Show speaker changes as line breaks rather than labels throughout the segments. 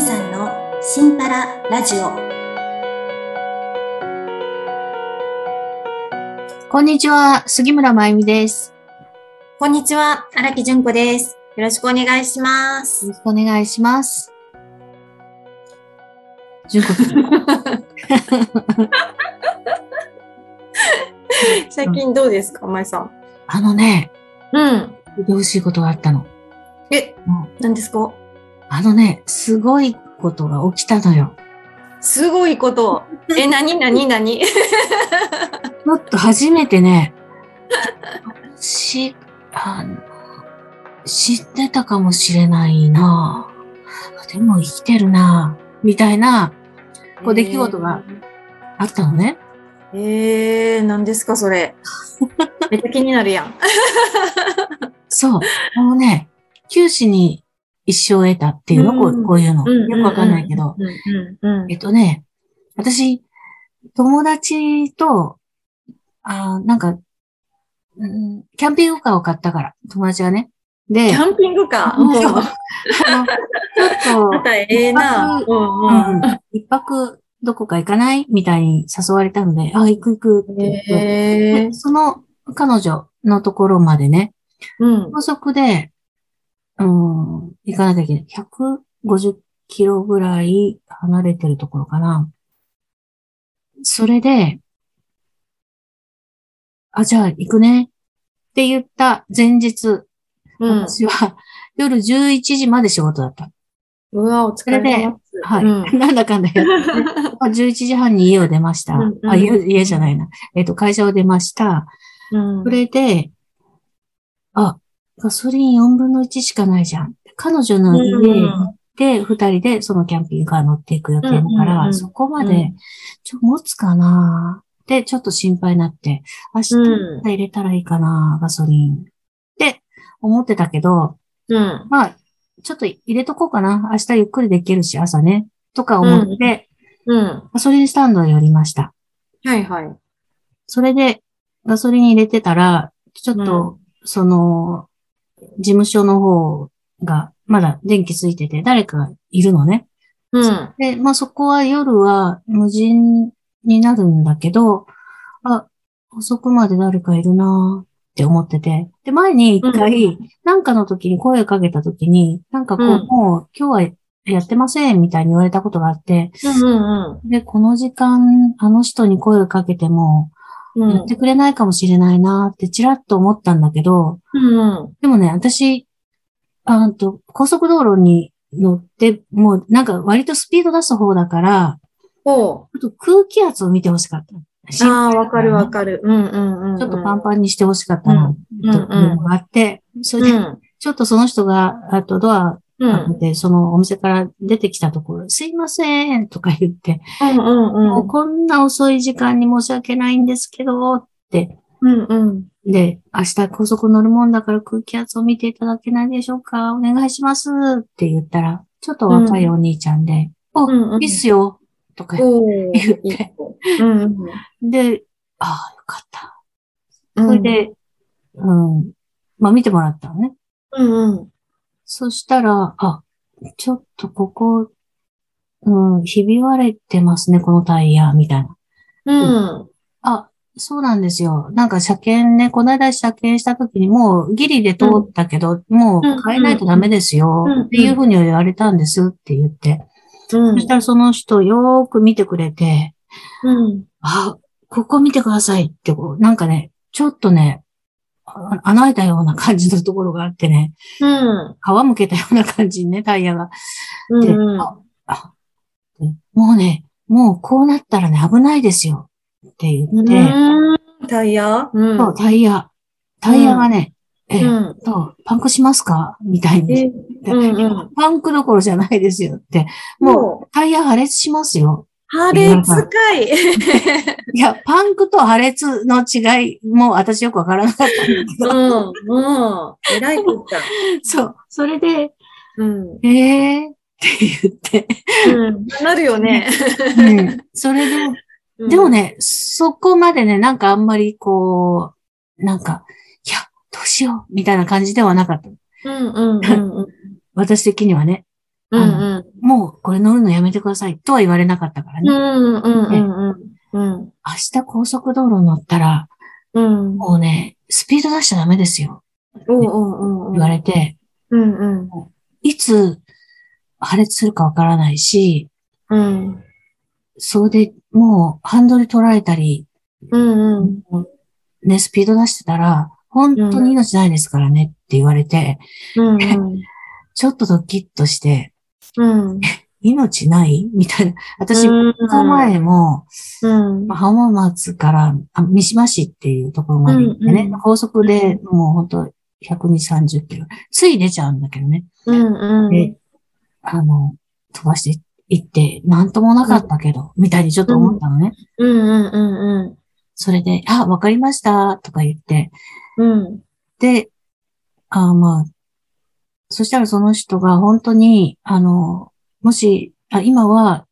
さんのシンパララジオ。
こんにちは、杉村まゆみです。
こんにちは、荒木純子です。よろしくお願いしま
よ
す。
ろしくお願いします。純子さん
最近どうですか、まえさん。
あのね、
うん。
聞いてほしいことがあったの。
え、
うん
何ですか
あのね、すごいことが起きたのよ。
すごいこと。 え、なになになに
ちょっと初めてね、し、あの、知ってたかもしれないなぁでも生きてるなぁみたいなこう出来事が。あったのね。
えー、えー、何ですか、そ れ。めっちゃ気になるやん。
そう。あのね、九死に一生を得たっていうの、こ
うん
うこういうの。
うん
よくわかんないけど。
うんうんうん
えっとね、私、友達と、あーなんか、うんキャンピングカーを買ったから、友達はね。で、
キャンピングカー。
うん
うん
そう
ま
あのちょっと
たええな。
一
うんうん。、
一泊どこか行かないみたいに誘われたので、あ、行く行くって言って、
え
でその彼女のところまでね、
うん。
高速で、うん、行かなきゃいけない。150キロぐらい離れてるところかな。それで、あ、じゃあ行くね。って言った前日、
うん。
私は 夜11時まで仕事だった。
うわ、お疲れ様です。
はい。
うん
なんだかんだやって まあ11時半に家を出ました。
うんうん
あ家家じゃないな。えっ、と、会社を出ました。
うん
それで、あ、ガソリン4分の1しかないじゃん。彼女の家で、二人でそのキャンピングカー乗っていく予定だか
うんうんう
ら、
ん
そこま
う
で
ん、
ちょ、持つかなって、ちょっと心配になって、明日
うん
入れたらいいかな、ガソリン。って思ってたけど、
うん。
まあ、ちょっと入れとこうかな。明日ゆっくりできるし、朝ね。とか思って、
うん。
ガソリンスタンドに寄りました。
はいはい。
それで、ガソリン入れてたら、ちょっと、その、事務所の方が、まだ電気ついてて、誰かいるのね。
うん。
で、まあそこは夜は無人になるんだけど、あ、遅くまで誰かいるなーって思ってて。で、前に一回、なんかの時に声をかけた時に、なんかこう、
うん
もう今日はやってませんみたいに言われたことがあって、
うん
で、この時間、あの人に声をかけても、
うんうん。
言ってくれないかもしれないなってちらっと思ったんだけど、
うん。
でもね、私、あんと、高速道路に乗って、もうなんか割とスピード出す方だから、
おう。
ちょっと空気圧を見てほしかった。
ああ、わかるわかる。うんうんうん。
ちょっとパンパンにしてほしかった
う
な、
ん
というのがあって、それで、
ン。
ちょっとその人が、あとドア
うん。うん
開けて、そのお店から出てきたところ、すいませんとか言って、
うん
も
う。
うんこんな遅い時間に申し訳ないんですけど、って
うんうん。
で、明日高速乗るもんだから空気圧を見ていただけないでしょうかお願いしますって言ったら、ちょっと若いお兄ちゃんで、
うんうん
いいっすよとか。
おーいい子うんうん
で、ああ、よかった。
うん。
それで、うん、まあ見てもらったのね。
うんうん。
そしたら、あ、ちょっとここ、うん、ひび割れてますね、このタイヤ、みたいな。
うん。
あ、そうなんですよ。なんか車検ね、この間車検した時にもうギリで通ったけど、もう変えないとダメですよ
うん
っていうふうに言われたんですって言って。
うん
そしたらその人よーく見てくれて、
うん。
あ、ここ見てくださいってこう、なんかね、ちょっとね、あ穴開いたような感じのところがあってね、
うん。
皮むけたような感じにね、タイヤが。
うん
で
うん。
ああもうね、もうこうなったらね、危ないですよって言って、
うんタイヤうん
そう、タイヤ。タイヤがね、え
う
ーっ
ん。
と、パンクしますかみたいに。
え、うんうん。
パンクどころじゃないですよって。もう、
もう、
タイヤ破裂しますよ。
破裂かい。
いや、パンクと破裂の違いも私よくわからなかったんだけ
うん、
ど。
うん。えらいこっちゃ。
そう。それで、
うん。
えーって
うん。なるよね。
言って。うん。それで、でもね、そこまでね、なんかあんまりこう、なんか、いや、どうしようみたいな感じではなかった。
うん。うんうんうん
私的にはね。
うんうん。
もうこれ乗るのやめてくださいとは言われなかったから
う
ね。
んうんうんうん。
明日高速道路乗ったら、
うん。うん。
もうね、スピード出しちゃダメですよ。
おうおうおうおう。
言われて、
うんうん。
いつ破裂するかわからないし、
うん。
それでもうハンドル取られたり、
うんうん。
ね、スピード出してたら、本当に命ないですからねって言われて、
うんうん。
ちょっとドキッとして、
うん。
命ないみたいな。私、こ
うん
の前も、
うん。
まあ浜松からあ三島市っていうところまで行ってね、
うんうん
高速でもう本当120、30キロ。つい出ちゃうんだけどね。
うんうん
で。、あの、飛ばして行って、なんともなかったけど、みたいにちょっと思ったのね。
うんうんうん
それで、あ、わかりました、とか言って、
うん。うん。
で、あまあ、そしたらその人が本当に、あの、もし、あ今は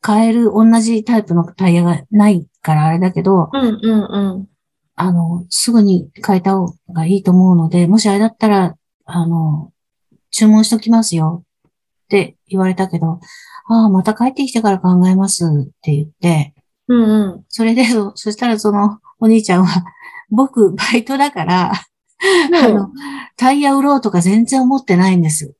買える同じタイプのタイヤがないからあれだけど、
うんうんうん。
あの、すぐに変えた方がいいと思うので、もしあれだったら、あの、注文しときますよって言われたけど、ああ、また帰ってきてから考えますって言って、
うんうん。
それで、そそしたらそのお兄ちゃんは、僕、バイトだから、あの、タイヤ売ろうとか全然思ってないんです。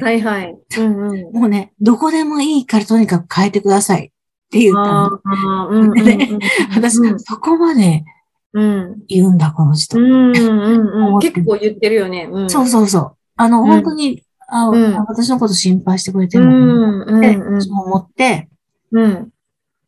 はいはい。うんうん。
もうね、どこでもいいからとにかく変えてくださいって言った
あ
の。
あ、うんうんうん。
私、
うん
そこまで
うん。
言うんだ、この人。
うんうんう
思
ん。
って
結構言ってるよね。うん。
そう
う。
そうそう。あの、
うん
本当に、あ
うん
私のこと心配してくれて
う
るの
んうん
で、
うん
そう思って、
うん。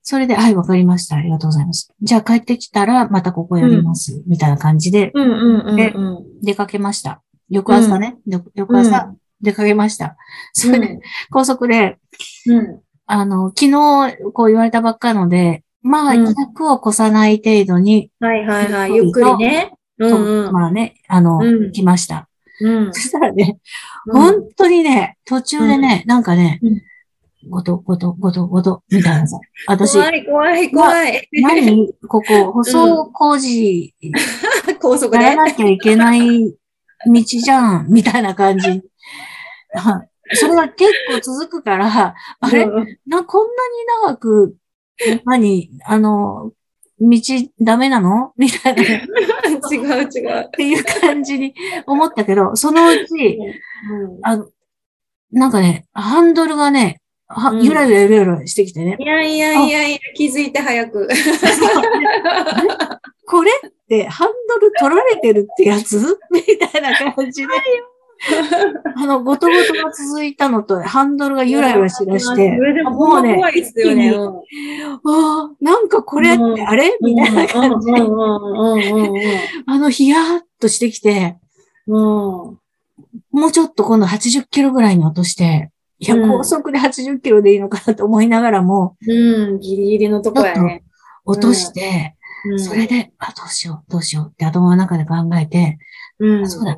それで、はい、わかりました。ありがとうございます。じゃあ帰ってきたら、またここやります。みたいな感じで、
うんうんうんうん。
出かけました。翌朝ね、翌翌朝、出かけました。それで、高速で、
うん。
あの、昨日、こう言われたばっかので、まあ、
うん
100を越さない程度に、
はいはいはい。ゆっくりね。う
と
んうん。
まあね、あの、
うん
来ました。
うん。
そしたらね、本当にね、途中でね、なんかね
うん、
ごと、ごと、ごと、ごと、みたいなさ、私、
怖い怖い怖 い。
何、ここ、舗装工事
高速
や
ね。
らなきゃいけない道じ ゃん、みたいな感じ。はいそれが結構続くから、あれ、
うん
な、こんなに長く、何、あの、道ダメなのみたいな、っ
違う違う。
ていう感じに思ったけど、そのうち、あの、なんかね、ハンドルがね、は
うん
ゆらゆらゆらゆらしてきてね
う、んいやいやいやいや、気づいて早く。
これってハンドル取られてるってやつみたいな感じで、あの、ごとごとが続いたのと、ハンドルがゆらゆらしだし
あ
て
そ、れでも
も
も
う
う
ね
怖いですよね。うん
ああ、なんかこれって
うん
あれみたいな感じで、
うんうんうんうん
あの、ヒヤーっとしてきて、
うんうん。
もうちょっと今度80キロぐらいに落として、いや、
うん
高速で80キロでいいのかなと思いながらも、
うん、ギリギリのとこやね。
落として、
うん
それで、あ、どうしよう、どうしようって頭の中で考えて、
うん。
そうだ、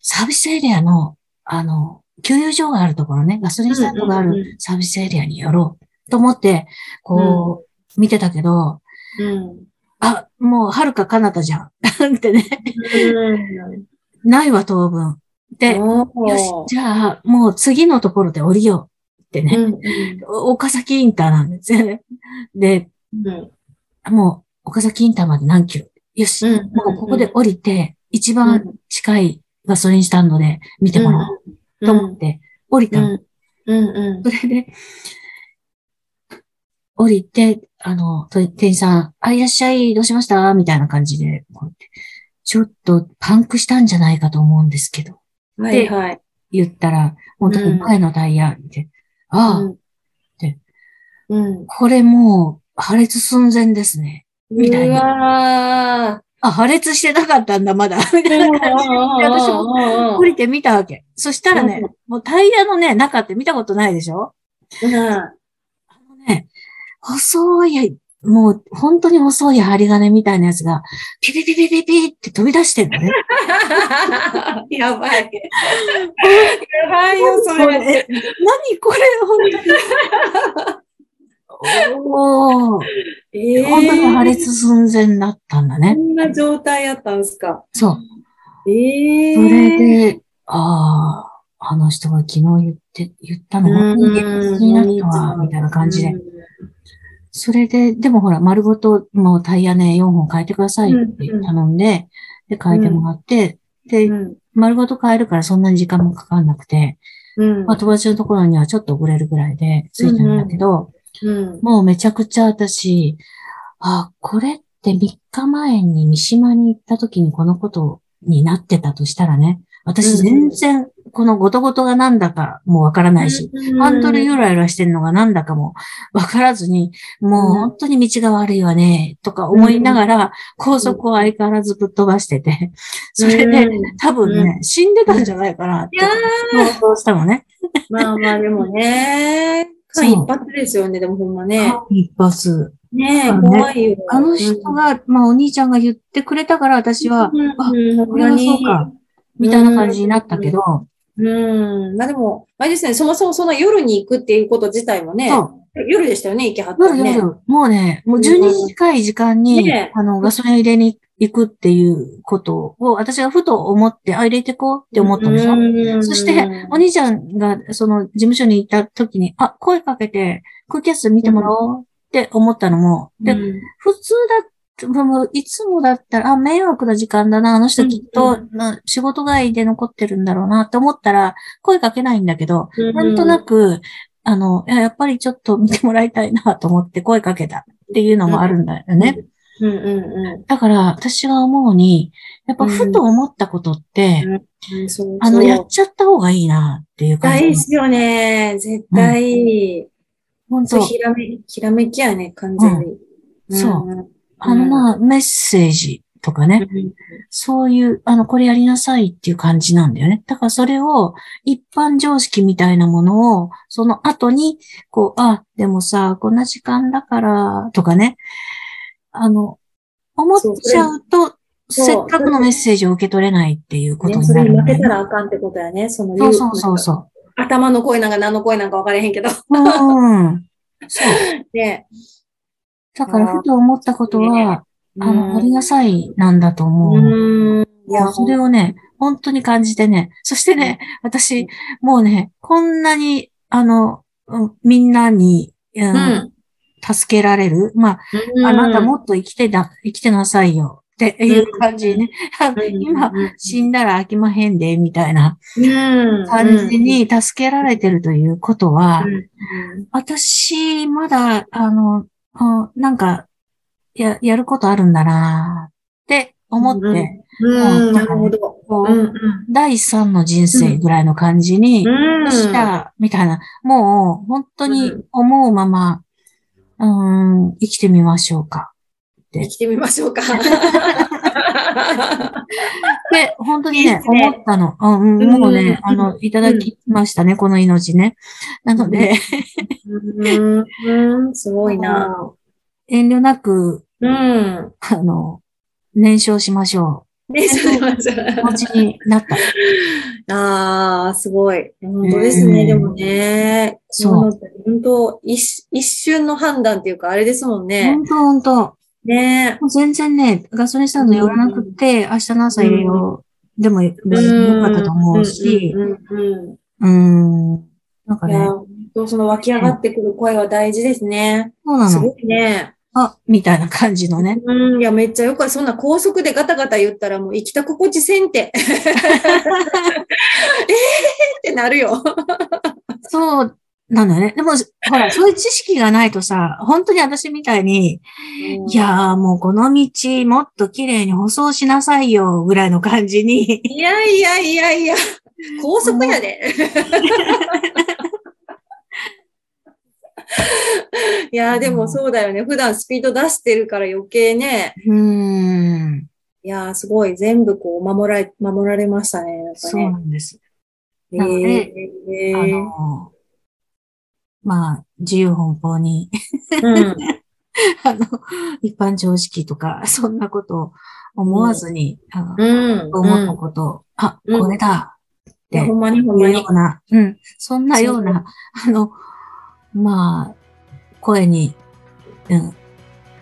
サービスエリアの、あの、給油所があるところね、ガソリンスタンドがあ
うんうんう
るサービスエリアに寄ろうと思って、こう、見てたけど、
うん。
あ、もう遥か彼方じゃん。 なんてね、
うん。
ないわ、当分。で、よし、じゃあ、もう次のところで降りようってね。
うん
お岡崎インターなんです よね。で、
うん。
もう、岡崎インターまで何キロよし、
うん
もうここで降りて、一番近いガソリンスタンドで見てもらおうと思って、降りた
う
の。
ん。うんうん。
それで、降りて、あの、と店員さん、あ、いらっしゃい、どうしましたみたいな感じで、こうやってちょっとパンクしたんじゃないかと思うんですけど、
はいはい。
言ったら、本当に前のタイヤ、みたいな。ああ、
うん
で。
うん。
これもう破裂寸前ですね。みたいうな
わ
あ、破裂してなかったんだ、まだ。みたいな感じで、私も
も
降りてみたわけ。そしたらね
う、
もうタイヤのね、中って見たことないでしょあのね、細い、もう本当に細い針金みたいなやつが、ピピピピピピって飛び出してんのね。
やばい。やばいよ、そ
もう
れ。
ねえ何これ、本当に。おー、
ええ
本当に破裂寸前だったんだ
こ
ね。
んな状態やったんすか。
そう。
ええ
それで、ああ、あの人が昨日言って、言ったの、
うん
本当に現実になったわ、みたいな感じで。それで、でもほら、丸ごと、もうタイヤね、4本変えてくださいって
うんうん
頼んで、で、変えてもらって、で、
うん。
丸ごと変えるからそんなに時間もかかんなくて、
うん。
まあ友達のところにはちょっと遅れるぐらいで着いたんだけど、
うん。
もうめちゃくちゃ私、あ、これって3日前に三島に行った時にこのことになってたとしたらね、私全然このごとごとがなんだかもうわからないし、ハンドルゆらゆらしてるのがなんだかもわからずに、もう本当に道が悪いわね、とか思いながら、高速を相変わらずぶっ飛ばしてて、それで
うん
多分ね、死んでたんじゃないかなって
いや
想像したのね。
まあまあ、でもね。
そう
間一発ですよね、でもほんまね。
一発。
ねえ、
そうね
怖いよ。
あの人が、まあお兄ちゃんが言ってくれたから私は、
うん、
あ
うん、ほん
これ
ま
は
に
そうか、みたいな感じになったけど、
うん。まあでも、あれですね、そもそもその夜に行くっていうこと自体もね、
そう、
夜でしたよね、行きはった
夜
のね。
夜、もうね、もう12時近い時間に、
ね
あの、ガソリン入れに行くっていうことを、私がふと思って、あ、入れてこうって思ったでしょ、
ょ
そして、お兄ちゃんが、その、事務所に行った時に、あ、声かけて、空気圧見てもらおうって思ったのも、で、
うん
普通だもういつもだったら、あ、迷惑な時間だな、あの人きっと、
う
な仕事帰りで残ってるんだろうなって思ったら、声かけないんだけど、なんとなく、あの、いややっぱりちょっと見 てもらいたいなと思って声かけたっていうのもあるんだよね。
うんうんう
だから、私が思うに、やっぱふと思ったことって、
んうん。そう
あの、
そう
やっちゃった方がいいなっていう感
大
じ。
事よね。絶対。
本
そう、
当
ひらめ、ひらめきやね、完全に。
うんそうん
ん。
あの、まあ、メッセージとかね、そういう、あの、これやりなさいっていう感じなんだよね。だからそれを、一般常識みたいなものを、その後に、こう、あ、でもさ、こんな時間だから、とかね。あの、思っちゃうと、
そう
せっかくのメッセージを受け取れないっていうこと
ね、
に
そ
な
れ
る
に
ん
負
だ
けた
よね。
らあかんってことやね。その
そうそうそう
う。
そ
頭の声なんか何の声なんか分からへんけど。
う。うん。そう。
ね。
だから、ふと思ったこと は、あの、あり
が
なさいなんだと思う。
うん。い
いや、それをね、本当に感じてね、そしてね、私、もうね、こんなに、あの、うんみんなに、うん
うん。
助けられる。まあ、あなたもっと生きてな、生きてなさいよ。っていう感じね。 今、死んだら飽きまへんで、みたいな
うん、
感じに助けられてるということは、私、まだ、あの、あなんか、や、やることあるんだなって思って、
うん、うん、なるほど。
こう
うん、うん。
第三の人生ぐらいの感じに、
うん。
した、みたいな。もう、本当に思うまま、うーん、生きてみましょうか。
生きてみましょうか。
で、本当に
いいで
ね、
すね
思ったの。うんうん、もうね、
うん
あの、いただきましたね、この命ね。なので、
うん、すごいな。
あの遠慮なく、
うん。
あの、燃焼しましょ
ね、そうなんです
う。お持ちになった。
ああ、すごい。本当です
う
ね、
ん
でもね。
そう
う。本当一し、一瞬の判断っていうか、あれですもん ね。
本当本当
ね
もう全然ね、ガソリンスタンド寄らなくて、明日の朝入れよう。でも、別に良かったと思うし
う、んうん
うーん。な
う
んか
ん。い
ね、
や
そ、
そうその湧き上がってくる声は大事ですね。
うな
す
の。
ごいね。
あ、みたいな感じのね。
うん、いや、めっちゃよかった。そんな高速でガタガタ言ったらもう生きた心地せんて。え ーってなるよ。
そうなんだよね。でも、ほ ら、そういう知識がないとさ、本当に私みたいに、い
い、
やーもうこの道もっと綺麗に舗装しなさいよ、ぐらいの感じに。
いやいやいやいや、高速やで。いや、でもそうだよね。普段スピード出してるから余計ね。
うーん。
いや、すごい。全部こう、守られ、守られましたね。なんか
そう
ね
なんです。
え
なので
え
あのー、まあ、自由奔放に、
うん
あの、一般常識とか、そんなことを思わずに、あの
うん。
思ったことを、あ、
うん
これだって、
ほんまにほんま
いう
に
よ。うな、うん、そんなような、あの、まあ、声に、うん、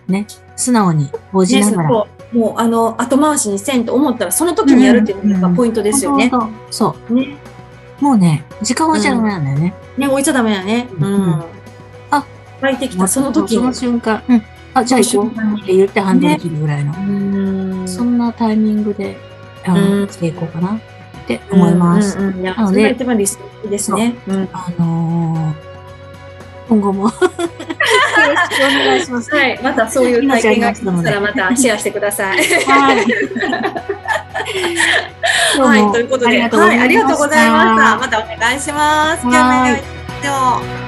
ね、素直に応じ
ね、
な
そ
がら。
こもうあの後回しにせんと思ったらその時にやるっていうのがやっぱポイントですよね。
本当。本当そう。
ね
もうね、時間置いちゃダメなんだよね。
ね、置いちゃダメだね。
う
うんん。
あ、
帰ってきた、その時
その
に。
瞬間。うん。あ、じゃあ行こうって言ってハンドル切るぐらいの。
うん
そんなタイミングで、
う
あの、
ん
していこうかなって思います。
うんうんうん、いや、
なの
そ
で
れが一番理想的ですね。うん。
あのー、今後もよろしくお願いします。
はい、またそういう体験がありましたらまたシェアしてください。
はい。
はい、ということで、
ありがとうございまし
は
た
いありがとうございました。またお願いします。今日も
は
良
い
い一日を